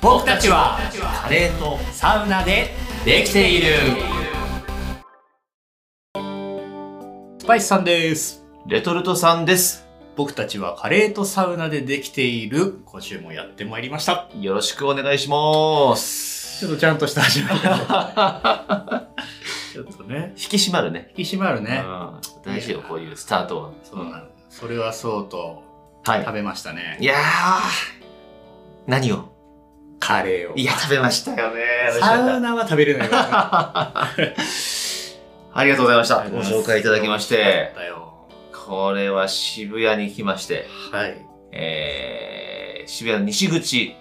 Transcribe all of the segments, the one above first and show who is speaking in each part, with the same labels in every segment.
Speaker 1: 僕たちは
Speaker 2: カレーと
Speaker 1: サウナでできているスパイスさんです
Speaker 2: レトルトさんです
Speaker 1: 僕たちはカレーとサウナでできている今週もやってまいりました
Speaker 2: よろしくお願いします
Speaker 1: ちょっとちゃんとした始まり ちょっとね
Speaker 2: 引き締まるね
Speaker 1: 引き締まるね
Speaker 2: うん大事よこういうスタートは
Speaker 1: そうなのそれはそうと
Speaker 2: は
Speaker 1: 食べましたね
Speaker 2: いいやー何を
Speaker 1: カレーを
Speaker 2: いや食べましたよね
Speaker 1: サウナは食べれない からね
Speaker 2: ありがとうございました
Speaker 1: あり
Speaker 2: ご
Speaker 1: がとう
Speaker 2: 紹
Speaker 1: ざ
Speaker 2: 介いただきまして
Speaker 1: 美味しかったよ
Speaker 2: これは渋谷に来まして
Speaker 1: はい
Speaker 2: えー、渋谷の西口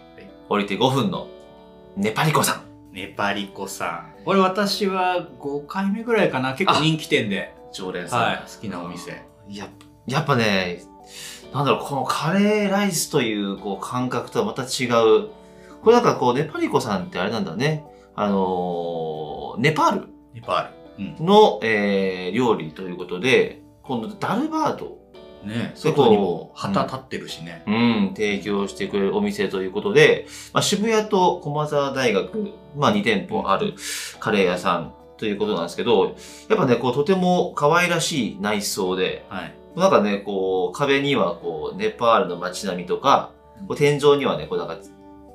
Speaker 2: 降りて5分のネパリコさん
Speaker 1: ネパリコさんこれ私は5回目ぐらいかな結構人気店で
Speaker 2: 常連さん、
Speaker 1: はい、好きなお店。
Speaker 2: いや、やっぱね、なんだろう、このカレーライスというこう感覚とはまた違う。これなんかこう、ネパリコさんってあれなんだね。あのーネパー
Speaker 1: ネパール。う
Speaker 2: ルの、えー料理ということで、今度ダルバート、
Speaker 1: ん。ね
Speaker 2: 外
Speaker 1: 外
Speaker 2: に
Speaker 1: に
Speaker 2: も
Speaker 1: も
Speaker 2: 旗
Speaker 1: 旗
Speaker 2: 立
Speaker 1: 立ってるしね。
Speaker 2: うん、提供してくれるお店ということで、まあ、渋谷と駒沢大学、まあ2店舗あるカレー屋さんということなんですけど、やっぱね、こう、とても可愛らしい内装で、
Speaker 1: はい。
Speaker 2: なんかね、こう、壁にはこう、ネパールの街並みとか、こう天井にはね、こうなんか、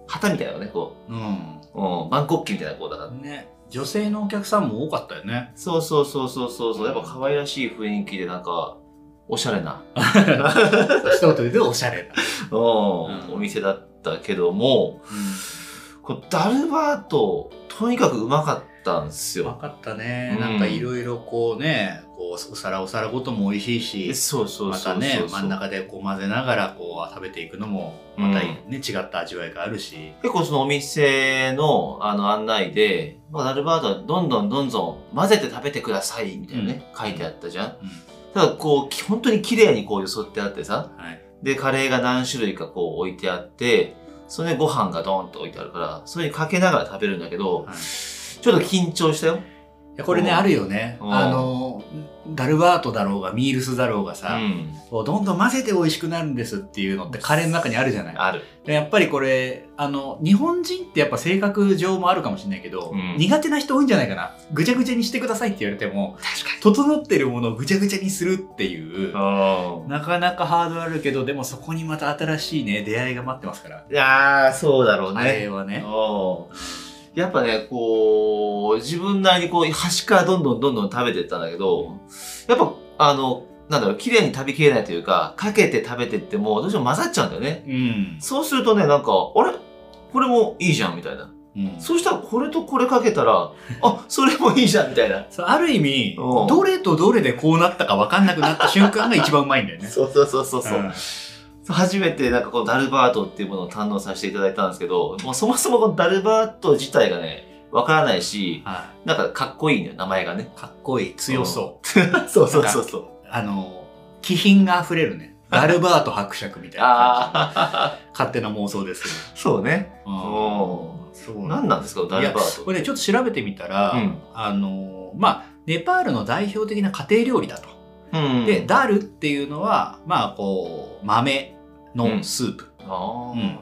Speaker 2: 旗みたいなのね、こ
Speaker 1: う
Speaker 2: う、うん、バンコッキーみたいな、こう、だから、
Speaker 1: ん。ね。女性のお客さんも多かったよね。
Speaker 2: そうそうそうそうそうそう、やっぱ可愛らしい雰囲気で、なんか、おしゃれな、
Speaker 1: 一言でおしゃれな。
Speaker 2: うん、お店だったけども、こうダルバート、とにかくうまかったんです
Speaker 1: 分
Speaker 2: よ。
Speaker 1: かったね
Speaker 2: う。ん
Speaker 1: なんかいろいろこうね、こう、お皿お皿ごとも美味し
Speaker 2: え
Speaker 1: いし、
Speaker 2: そうそう
Speaker 1: ま
Speaker 2: そうそ
Speaker 1: た
Speaker 2: う。
Speaker 1: ね、真ん中でこう混ぜながらこう食べていくのも、またね、違った味わいがあるし。
Speaker 2: 結構そのお店のあの案内で、まあ、ダルバートはどんどんどんどん混ぜて食べてくださいみたいなね、書いてあったじゃん。ただこうき、本当に綺麗にこうよそってあってさ、
Speaker 1: はい。
Speaker 2: で、カレーが何種類かこう置いてあって、それでご飯がドーンと置いてあるから、それにかけながら食べるんだけど、
Speaker 1: はい
Speaker 2: ちょっと緊張したよ。
Speaker 1: いやこれね、
Speaker 2: うん
Speaker 1: あるよね。
Speaker 2: うん
Speaker 1: あの、ダルバートだろうが、ミールスだろうが
Speaker 2: う
Speaker 1: さ、
Speaker 2: ん。
Speaker 1: こうどんどん混ぜて美味しくなるんですっていうのってカレーの中にあるじゃない
Speaker 2: ある。
Speaker 1: でやっぱりこれあの日本人ってやっぱ性格上もあるかもしれないけど、
Speaker 2: うん
Speaker 1: 苦手な人多いんじゃないかなぐちゃぐちゃにしてくださいって言われても
Speaker 2: 確
Speaker 1: 整ってるものをぐちゃぐちゃにするっていう
Speaker 2: かに。
Speaker 1: なかなかハードルあるけどでもそこにまた新しいね出会いが待ってますから
Speaker 2: いやー、そうだろう
Speaker 1: カ
Speaker 2: ね。
Speaker 1: レーはね
Speaker 2: うんやっぱね、こう、自分なりにこう、端からどんどんどんどん食べてったんだけど、やっぱ、あの、なんだろう、綺麗に食べきれないというか、かけて食べてっても、どうしても混ざっちゃうんだよね。
Speaker 1: うん、
Speaker 2: そうするとね、なんか、あれこれもいいじゃん、みたいな。
Speaker 1: うん
Speaker 2: そうしたら、これとこれかけたら、あ、それもいいじゃん、みたいな。
Speaker 1: そうある意味
Speaker 2: うん
Speaker 1: どれとどれでこうなったか分かんなくなった瞬間が一番うまいんだよね
Speaker 2: そうそうそうそう
Speaker 1: う。
Speaker 2: そうん初めてなんかこのダルバートっていうものを堪能させていただいたんですけど、もうそもそもこのダルバート自体がね、わからないし、
Speaker 1: は
Speaker 2: なんかかっこいいんだよ、名前がね。
Speaker 1: いかっこいい強そう
Speaker 2: そうそうそうそう。
Speaker 1: あの、気品が溢れる ね。ダルバート伯爵みたいな感
Speaker 2: あ
Speaker 1: じ。 勝手な妄想ですけ
Speaker 2: あ、そうね。
Speaker 1: ど。
Speaker 2: お
Speaker 1: そう
Speaker 2: お。何なんですか、ダルバー
Speaker 1: こ
Speaker 2: ト。
Speaker 1: れね、ちょっと調べてみたら、
Speaker 2: うん
Speaker 1: あの、まあ、ネパールの代表的な家庭料理だと。
Speaker 2: うん
Speaker 1: で、、ダルっていうのは、まあ、こう、豆のスープ。
Speaker 2: あ
Speaker 1: うん
Speaker 2: ー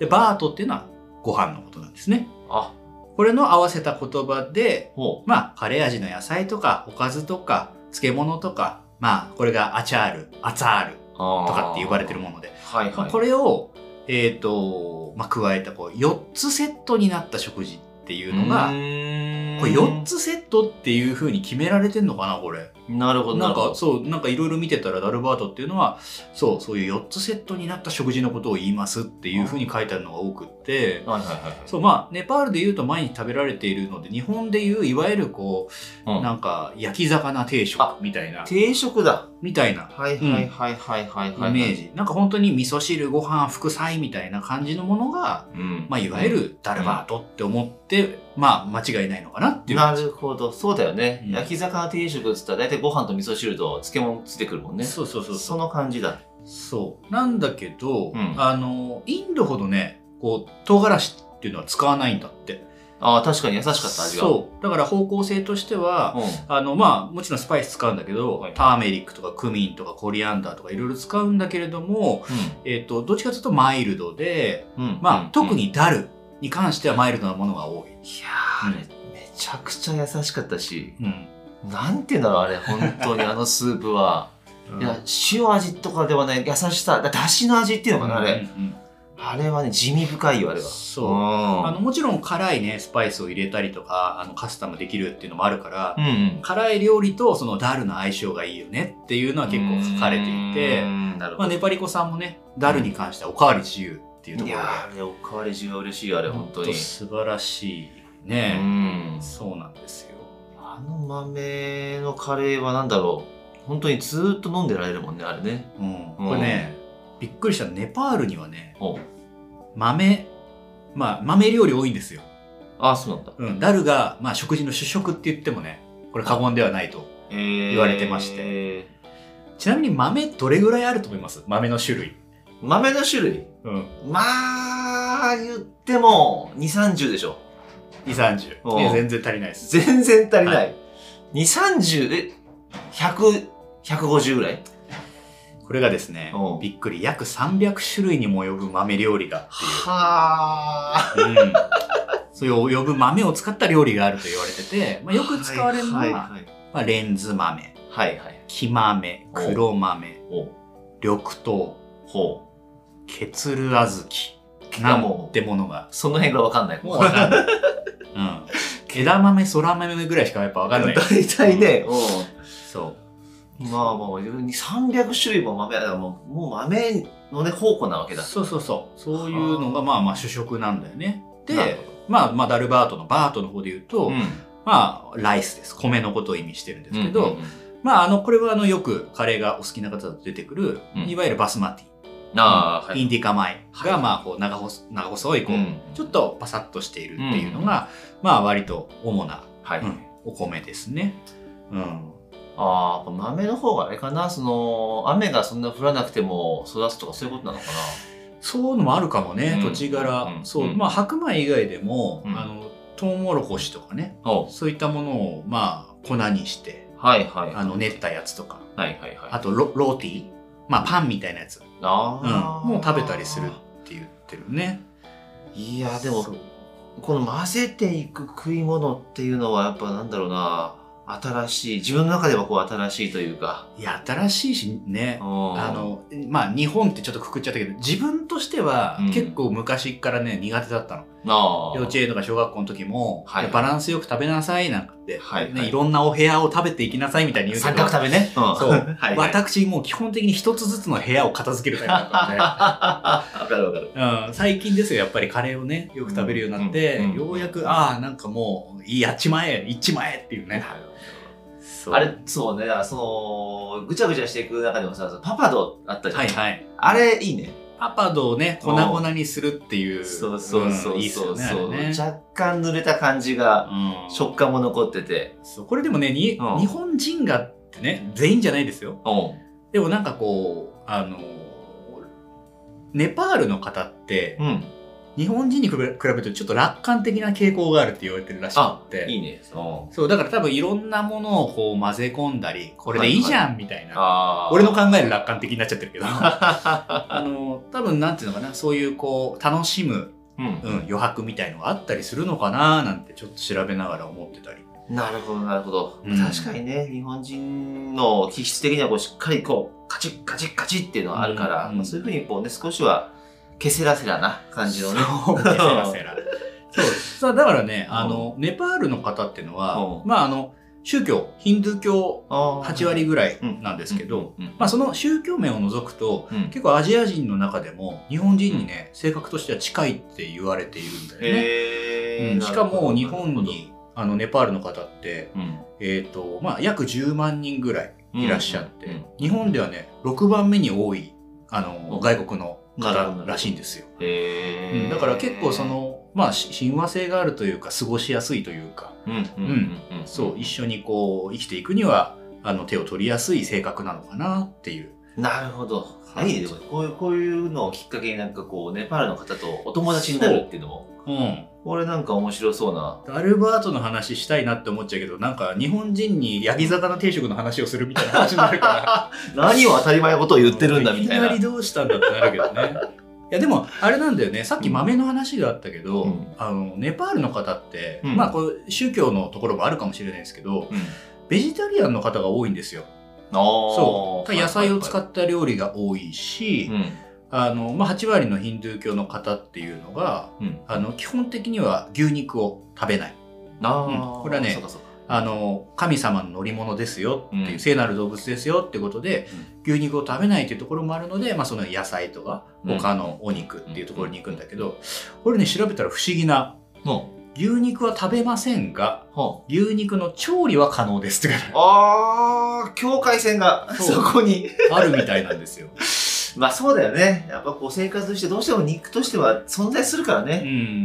Speaker 1: で、バートっていうのはご飯のことなんですね。
Speaker 2: あ、
Speaker 1: これの合わせた言葉で、
Speaker 2: ほ
Speaker 1: まあ、カレー味の野菜とか、おかずとか、漬物とか、まあ、これがアチャール、アツァール
Speaker 2: う。と
Speaker 1: とかって呼ばれてるもので、
Speaker 2: はい
Speaker 1: まあ
Speaker 2: はい。
Speaker 1: これを、えっとまあ、加えたこう4つセットになった食事っていうの
Speaker 2: う
Speaker 1: が
Speaker 2: ーん
Speaker 1: これ4つセットっていうふうに決められてんのかなこれ
Speaker 2: なるほど。
Speaker 1: なん
Speaker 2: るほ
Speaker 1: か
Speaker 2: ど
Speaker 1: そうなんかいろいろ見てたらダルバートっていうのはそうそういう4つセットになった食事のことを言いますっていうふうに書いてあるのが多くって
Speaker 2: はいはいはいはい
Speaker 1: そうまあネパールでいうと毎日食べられているので日本でいういわゆるこう、
Speaker 2: うん
Speaker 1: なんか焼き魚定食
Speaker 2: あ
Speaker 1: みたいな
Speaker 2: 定食だ。
Speaker 1: みたいな
Speaker 2: はいはいはいはいはいはい。
Speaker 1: イメージ、なんか本当に味噌汁ご飯副菜みたいな感じのものが
Speaker 2: うん。
Speaker 1: まあ、いわゆるダルバートって思って、まあ、間違いないのかなっていう。
Speaker 2: なるほど。そうだよね。
Speaker 1: うん
Speaker 2: 焼き魚定食っつったら大体ご飯と味噌汁と漬物ついてくるもんね。そ
Speaker 1: そうそうそうそう。
Speaker 2: の感じだ。
Speaker 1: そう。なんだけど、
Speaker 2: うん
Speaker 1: あの、インドほどね、こう、唐辛子っていうのは使わないんだって。
Speaker 2: ああ、確かに優しかった味が。
Speaker 1: そう。だから方向性としては、
Speaker 2: うん。
Speaker 1: あの、まあ、もちろんスパイス使うんだけど、
Speaker 2: はい
Speaker 1: ターメリックとかクミンとかコリアンダーとかいろいろ使うんだけれども、えっ、と、どっちかというとマイルドで、
Speaker 2: うん。うん。
Speaker 1: まあ、特
Speaker 2: に。
Speaker 1: にダルに関してはマイルドなものが多い。
Speaker 2: あれ、めちゃくちゃ優しかったし、
Speaker 1: うん。
Speaker 2: なんていうんだろう、あれ、本当にあのスープは。いや、塩味とかではない、優しさ、だだしの味っていうのかな、あ
Speaker 1: うん
Speaker 2: れ。
Speaker 1: うん
Speaker 2: あれはね、地味深いよ、あれは。
Speaker 1: そう
Speaker 2: うん
Speaker 1: あのもちろん辛いねスパイスを入れたりとかあのカスタムできるっていうのもあるから、
Speaker 2: うんうん。
Speaker 1: 辛い料理とそのダルの相性がいいよねっていうのは結構書かれていうて、
Speaker 2: んなるほ
Speaker 1: まあ、
Speaker 2: ど。
Speaker 1: ネパリコさんもねダルに関してはおかわり自由っていうと
Speaker 2: い
Speaker 1: ころ
Speaker 2: や
Speaker 1: が
Speaker 2: ーあれ、おかわり中は嬉しいよ、あれ、本当に。
Speaker 1: 素晴らしいうね、
Speaker 2: ん。
Speaker 1: そうなんですよ
Speaker 2: あの豆のカレーはなんだろう。本当にずーっと飲んでられるもんね、あれね。
Speaker 1: うん、これね、びっくりしたネパールにはね
Speaker 2: お
Speaker 1: 豆まあ豆料理多いんですよ、
Speaker 2: ああ、そうなんだ。
Speaker 1: うん、ダルが、まあ、食事の主食って言ってもねこれ過言ではないと
Speaker 2: 言
Speaker 1: 言われてまして。ちなみに豆どれぐらいあると思います豆の種類
Speaker 2: 豆の種類
Speaker 1: うん
Speaker 2: まあ、言っても、2、30でしょ。
Speaker 1: 230
Speaker 2: お
Speaker 1: いや全然足りないです
Speaker 2: 全然足りな。
Speaker 1: はい
Speaker 2: 2、30、え、100、150ぐらい
Speaker 1: これがですね
Speaker 2: お
Speaker 1: びっくり約300種類にも及ぶ豆料理が
Speaker 2: はあ。
Speaker 1: うん そういう及ぶ豆を使った料理があると言われてて、まあ、よく使われるのは、
Speaker 2: はいはい
Speaker 1: まあ、レンズ豆
Speaker 2: はい。はいはい。
Speaker 1: 木豆黒豆
Speaker 2: お
Speaker 1: 緑豆
Speaker 2: ほ
Speaker 1: ケツル小
Speaker 2: う。
Speaker 1: 豆な
Speaker 2: も
Speaker 1: んてものが
Speaker 2: う、その辺がわかんない。
Speaker 1: もうわかんない、うん、枝豆空豆ぐらいしかやっぱわかん ない
Speaker 2: 大体ね、
Speaker 1: そう
Speaker 2: うんまあまあ、300種類も豆、あもうもう豆のね、宝庫なわけだ。
Speaker 1: そうそうそうそういうのがまあまあ主食なんだよね
Speaker 2: な
Speaker 1: で
Speaker 2: るほ
Speaker 1: まあまあダルバートのバートの方で言うと、
Speaker 2: どうん。
Speaker 1: まあライスです米のことを意味してるんですけど、
Speaker 2: うんうんうん
Speaker 1: まああのこれはあのよくカレーがお好きな方だと出てくる、
Speaker 2: うん
Speaker 1: いわゆるバスマティ
Speaker 2: ああ、はい。
Speaker 1: インディカ米
Speaker 2: は
Speaker 1: が
Speaker 2: い
Speaker 1: まあこう長細長細いこう、
Speaker 2: うん
Speaker 1: ちょっとパサッとしているっていうのが、まあ割と主な、
Speaker 2: はい。
Speaker 1: うんお米ですね。うん、
Speaker 2: ああ、豆の方があれかな、その、雨がそんな降らなくても育つとかそういうことなのか
Speaker 1: そういうのもあるかもね、
Speaker 2: うん
Speaker 1: 土地柄、
Speaker 2: うん
Speaker 1: そう、
Speaker 2: うん
Speaker 1: まあ白米以外でも、
Speaker 2: うん
Speaker 1: あのトウモロコシとかね
Speaker 2: な。お
Speaker 1: そういったものをまあ粉にして
Speaker 2: はいはい。
Speaker 1: あの練ったやつとか
Speaker 2: はいはいはい。
Speaker 1: あとロローティーまあパンみたいなやつ、うん、
Speaker 2: あー
Speaker 1: もう食べたりするって言ってるね。
Speaker 2: いや、でも
Speaker 1: そ、う
Speaker 2: この混ぜていく食い物っていうのは、やっぱなんだろうな、新しい、自分の中ではこう新しいというか。
Speaker 1: いや新しいしねあ
Speaker 2: あ、
Speaker 1: のまあ日本ってちょっとくくっちゃったけど自分としては
Speaker 2: うん
Speaker 1: 結構昔からね苦手だったの、
Speaker 2: あー
Speaker 1: 幼稚園とか小学校の時も、
Speaker 2: はいはい
Speaker 1: バランスよく食べなさいなんかって、
Speaker 2: はい
Speaker 1: ね
Speaker 2: はい
Speaker 1: いろんなお部屋を食べていきなさいみたいに言うけ
Speaker 2: 三
Speaker 1: ど
Speaker 2: 角食べね。そ
Speaker 1: そう
Speaker 2: はいはい。
Speaker 1: 私もう基本的に一つずつの部屋を片付けるタイプだか
Speaker 2: わかるわかる。
Speaker 1: ら ね、うん、最近ですよやっぱりカレーをねよく食べるようになって、
Speaker 2: うんうん
Speaker 1: ようやくああなんかもういいやっちまえ行っちまえっていうねそう
Speaker 2: あれ、そうね、だからその、ぐちゃぐちゃしていく中でもさ、そのパパドあったじゃん。
Speaker 1: はいはい
Speaker 2: あれ、いいね。
Speaker 1: パパドをね粉々にするっていう
Speaker 2: そうそうそ
Speaker 1: ん
Speaker 2: う
Speaker 1: いいっす
Speaker 2: そ
Speaker 1: よ
Speaker 2: う
Speaker 1: ね
Speaker 2: そう、
Speaker 1: あれね
Speaker 2: 若干濡れた感じが
Speaker 1: うん
Speaker 2: 食感も残ってて、
Speaker 1: そうこれでもねに、
Speaker 2: うん
Speaker 1: 日本人がってね全員じゃないですよ
Speaker 2: う
Speaker 1: でもなんかこうあのネパールの方って
Speaker 2: ん、うん、
Speaker 1: 日本人に比べ比べるとちょっと楽観的な傾向があるって言われてるらしくて
Speaker 2: いいね、うん、
Speaker 1: そうだから多分いろんなものをこう混ぜ込んだりこれでいいじゃんみたいな、
Speaker 2: あー
Speaker 1: 俺の考える楽観的になっちゃってる けどあの多分なんていうのかなそういうこう楽しむ、
Speaker 2: うん、
Speaker 1: うん、余白みたいのがあったりするのかななんてちょっと調べながら思ってたり
Speaker 2: なるほどなるほど、
Speaker 1: うん
Speaker 2: 確かにね日本人の気質的にはこうしっかりこうカチッカチッカチッっていうのはあるから、
Speaker 1: うん
Speaker 2: まあそういうふうにこうね少しはケセラセラな感じのね
Speaker 1: そうセラセラそうさあだからね、あの、ネパールの方っていうのは
Speaker 2: う、ん
Speaker 1: まあ、あの、宗教、ヒンドゥー教8割ぐらいなんで
Speaker 2: です
Speaker 1: けど、、
Speaker 2: うんうん
Speaker 1: まあ、その宗教面を除くと、
Speaker 2: うん
Speaker 1: 結構アジア人の中でも日本人にね、性格としては近いって言われているんだよね。
Speaker 2: へ
Speaker 1: う
Speaker 2: ー
Speaker 1: んしかも日本、に、あの、ネパールの方って、
Speaker 2: なるほ
Speaker 1: えっ、と、まあ、約10万人ぐらい
Speaker 2: ど
Speaker 1: いらっしゃって、
Speaker 2: うんうん
Speaker 1: 日本ではね、6番目に多い、あの、
Speaker 2: うん
Speaker 1: 外国の
Speaker 2: なるほ
Speaker 1: 方
Speaker 2: ど
Speaker 1: らしいんですよ。
Speaker 2: へ
Speaker 1: う
Speaker 2: ー
Speaker 1: んだから結構そのまあし親和性があるというか過ごしやすいというか
Speaker 2: うんうんうんうんうん
Speaker 1: そう一緒にこう生きていくにはあの手を取りやすい性格なのかなっていう
Speaker 2: なるほど。
Speaker 1: はい
Speaker 2: いいねでもこういう、こういうのをきっかけになんかこう、ネパールの方とお友達になるっていうのも、
Speaker 1: うん
Speaker 2: これなんか面白そうな。
Speaker 1: アルバートの話したいなって思っちゃうけどなんか日本人にヤギ魚定食の話をするみたいな話になるから
Speaker 2: 何を当たり前のことを言ってるんだみたい
Speaker 1: きな
Speaker 2: な
Speaker 1: り。どうしたんだってなるけどねいやでもあれなんだよねさっき豆の話があったけど、
Speaker 2: うん
Speaker 1: あのネパールの方って、
Speaker 2: うん
Speaker 1: まあこう宗教のところもあるかもしれないですけど
Speaker 2: うん
Speaker 1: ベジタリアンの方が多いんですよ。
Speaker 2: あー
Speaker 1: そう野菜を使
Speaker 2: は
Speaker 1: った料理が多いし、
Speaker 2: いはいはい
Speaker 1: あのまあ、8割のヒンドゥー教の方っていうのが
Speaker 2: うんうん
Speaker 1: あの基本的には牛肉を食べない
Speaker 2: あ
Speaker 1: う
Speaker 2: ー
Speaker 1: んこれはね
Speaker 2: そうかそうか
Speaker 1: あの神様の乗り物ですよっていう、
Speaker 2: うん
Speaker 1: 聖なる動物ですよってことで、牛肉を食べないっていうところもあるので、まあ、その野菜とか
Speaker 2: うん
Speaker 1: 他のお肉っていうところに行くんだけど、これね調べたら不思議な
Speaker 2: の
Speaker 1: 牛肉は食べませんが
Speaker 2: は
Speaker 1: 牛肉の調理は可能ですって書いて
Speaker 2: ああー境界線が
Speaker 1: そう
Speaker 2: そこに
Speaker 1: あるあるみたいなんですよ。
Speaker 2: まあそうだよね。やっぱこう生活としてどうしても肉としては存在するから
Speaker 1: う
Speaker 2: ね。うん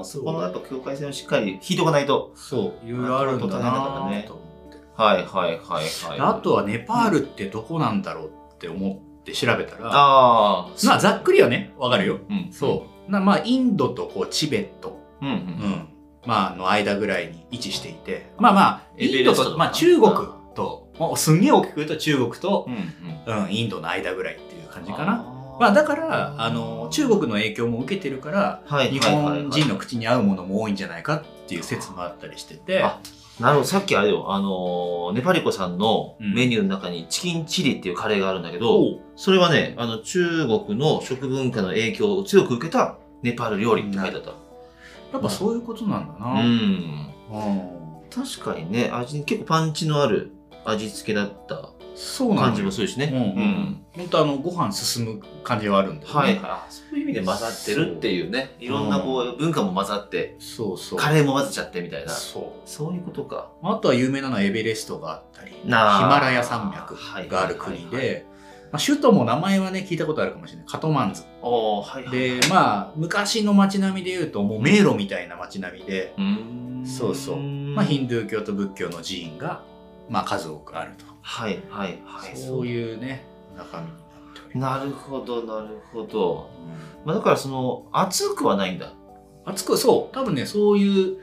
Speaker 2: ん。そこのやっぱ境界線をしっかり引いておかないと。
Speaker 1: そういろいろあるんだなと思って、
Speaker 2: はいはいはいはい。
Speaker 1: あとはネパールってどこなんだろうって思って調べたら、
Speaker 2: ああ。
Speaker 1: まあざっくりはねわかるよ。
Speaker 2: うん。
Speaker 1: そうなまあインドとこうチベット、
Speaker 2: う。うんうん。
Speaker 1: うんまあ、の間ぐらいに位置していてまあまあ
Speaker 2: エ
Speaker 1: イ
Speaker 2: ベ
Speaker 1: ンド
Speaker 2: レスト
Speaker 1: と、
Speaker 2: とか
Speaker 1: まあ、中国と、まあ、すんげえ大きく言うと中国と
Speaker 2: う、んうん。
Speaker 1: うん、インドの間ぐらいっていう感じかな。
Speaker 2: あー
Speaker 1: まあ、だからあの中国の影響も受けてるから
Speaker 2: はい
Speaker 1: 日
Speaker 2: はい
Speaker 1: 本
Speaker 2: はい
Speaker 1: 人
Speaker 2: は
Speaker 1: の口に合うものも多いんじゃないかっていう説もあったりしてて
Speaker 2: あいなるほど。さっきあれよ、あのー、ネパリコさんの
Speaker 1: うん
Speaker 2: メニューの中にチキンチリっていうカレーがあるんだけど、
Speaker 1: おう
Speaker 2: それはね、あの、中国の食文化の影響を強く受けたネパール料理って書いてあった。
Speaker 1: やっぱそういうことなんだな。
Speaker 2: うん。
Speaker 1: うん
Speaker 2: 確かにね味に結構パンチのある味付けだった
Speaker 1: そうなん
Speaker 2: 感
Speaker 1: だ
Speaker 2: じ
Speaker 1: よ
Speaker 2: もするしね
Speaker 1: うんうん、本当あのご飯進む感じはあるんだよね、
Speaker 2: はい、あそういう意味で混ざってるっていうねいろんなこう文化も混ざって
Speaker 1: そうそう
Speaker 2: カレーも混ぜちゃってみたいな
Speaker 1: そう
Speaker 2: そういうことか
Speaker 1: あとは有名なのはエベレストがあったりヒ
Speaker 2: なあ
Speaker 1: マラヤ山脈がある国
Speaker 2: はいはい
Speaker 1: で、まあ、首都も名前はね聞いたことあるかもしれないカトマンズ
Speaker 2: おーはいはい
Speaker 1: でまあ昔の街並みでいうともう迷路みたいな街並みで、
Speaker 2: うーん
Speaker 1: そうそうまあ、ヒンドゥー教と仏教の寺院が、まあ、数多くあると、
Speaker 2: はいはいはい
Speaker 1: そういうね中身になっておりま
Speaker 2: なるほどなるほど、
Speaker 1: す、
Speaker 2: まあ、だからその熱くはないんだ
Speaker 1: 暑くそう多分ねそういう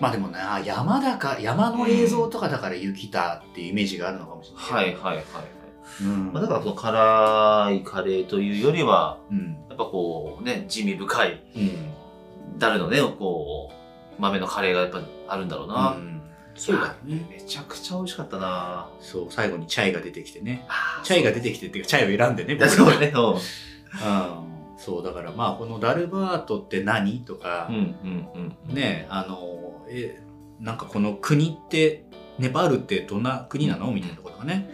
Speaker 1: まあでもな山だか山の映像とかだから雪だっていうイメージがあるのかもしれな、
Speaker 2: はいいはいはい、はい
Speaker 1: うん
Speaker 2: まあ、だからその辛いカレーというよりは
Speaker 1: うん
Speaker 2: やっぱこうね地味深い
Speaker 1: うん
Speaker 2: 誰のねこう豆のカレーがやっぱあるんだろうな、
Speaker 1: うんそうだよね
Speaker 2: めちゃくちゃ美味しかったな
Speaker 1: そう最後にチャイが出てきてね
Speaker 2: あー
Speaker 1: チャイが出てきてっていうかチャイを選んでね
Speaker 2: いや
Speaker 1: 僕ら
Speaker 2: そうねそ
Speaker 1: うんそうだからまあこのダルバートって何とか
Speaker 2: う、んうんうん
Speaker 1: ねあのえなんかこの国ってネパールってどんな国なのみたいなところとかね、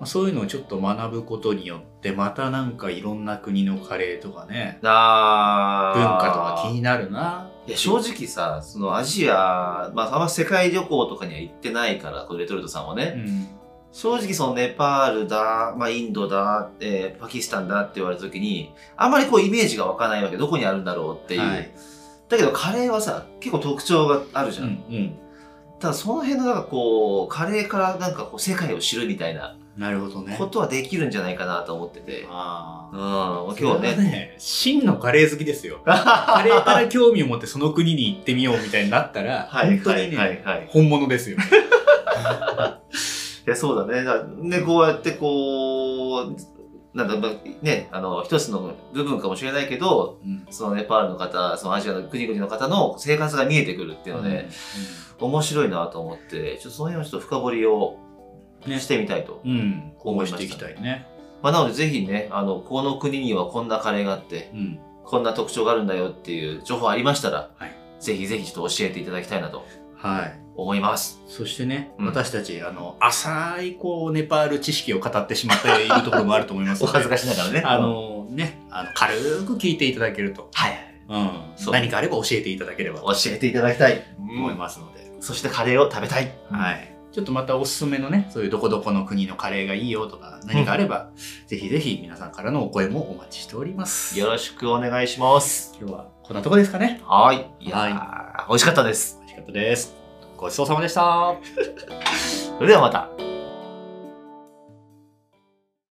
Speaker 1: まあ、そういうのをちょっと学ぶことによってまたなんかいろんな国のカレーとかね
Speaker 2: あ
Speaker 1: 文化とか気になるない
Speaker 2: や正直さそのアジアまああんま世界旅行とかには行ってないからこのレトルトさんはね、
Speaker 1: うん
Speaker 2: 正直そのネパールだ、まあ、インドだ、えーパキスタンだって言われた時にあんまりこうイメージが湧かないわけどこにあるんだろうっていう、
Speaker 1: はい
Speaker 2: だけどカレーはさ結構特徴があるじ
Speaker 1: う
Speaker 2: ゃ
Speaker 1: んうん
Speaker 2: ただその辺のなんかこうカレーからなんかこう世界を知るみたいな
Speaker 1: なるほどね
Speaker 2: ことはできるんじゃないかなと思ってて、うん、
Speaker 1: ああ
Speaker 2: 今日
Speaker 1: それは
Speaker 2: ね
Speaker 1: ね真のカレー好きです よカレーから興味を持ってその国に行ってみようみたいになったら
Speaker 2: はい
Speaker 1: 本
Speaker 2: は
Speaker 1: 当に
Speaker 2: い
Speaker 1: ね、
Speaker 2: はいはいい
Speaker 1: 本物ですよ
Speaker 2: やそうだねだねこうやってこうなんだまあねあの一つの部分かもしれないけど
Speaker 1: うん
Speaker 2: そのネパールの方そのアジアの国々の方の生活が見えてくるっていうので、面白いなと思ってちょっとその辺をちょっと深掘りを
Speaker 1: ね
Speaker 2: してみたいと、
Speaker 1: うん、うん、今後していきたいね
Speaker 2: まあ、なのでぜひねあのこの国にはこんなカレーがあって
Speaker 1: うん
Speaker 2: こんな特徴があるんだよっていう情報ありましたら、
Speaker 1: はい
Speaker 2: ぜひぜひちょっと教えていただきたいなと
Speaker 1: はい
Speaker 2: 思います。
Speaker 1: そしてね、
Speaker 2: うん
Speaker 1: 私たちあの浅いこうネパール知識を語ってしまっているところもあると思います
Speaker 2: お
Speaker 1: ので
Speaker 2: 恥ずかしながらね。
Speaker 1: あ、のねあの軽く聞いていただけると、
Speaker 2: はい。
Speaker 1: うん、
Speaker 2: そう
Speaker 1: 何かあれば教えていただければと
Speaker 2: 教えていただきたい。
Speaker 1: 思いますので、
Speaker 2: そしてカレーを食べたい。。
Speaker 1: はいい。ちょっとまたおすすめのね、そういうどこどこの国のカレーがいいよとか、何かあれば、ぜひぜひ皆さんからのお声もお待ちしております。
Speaker 2: よろしくお願いします。
Speaker 1: 今日はこんなとこですかね。
Speaker 2: はい。いやー、美味しかったです。
Speaker 1: 美味しかったです。ごちそうさまでした。
Speaker 2: それではまた。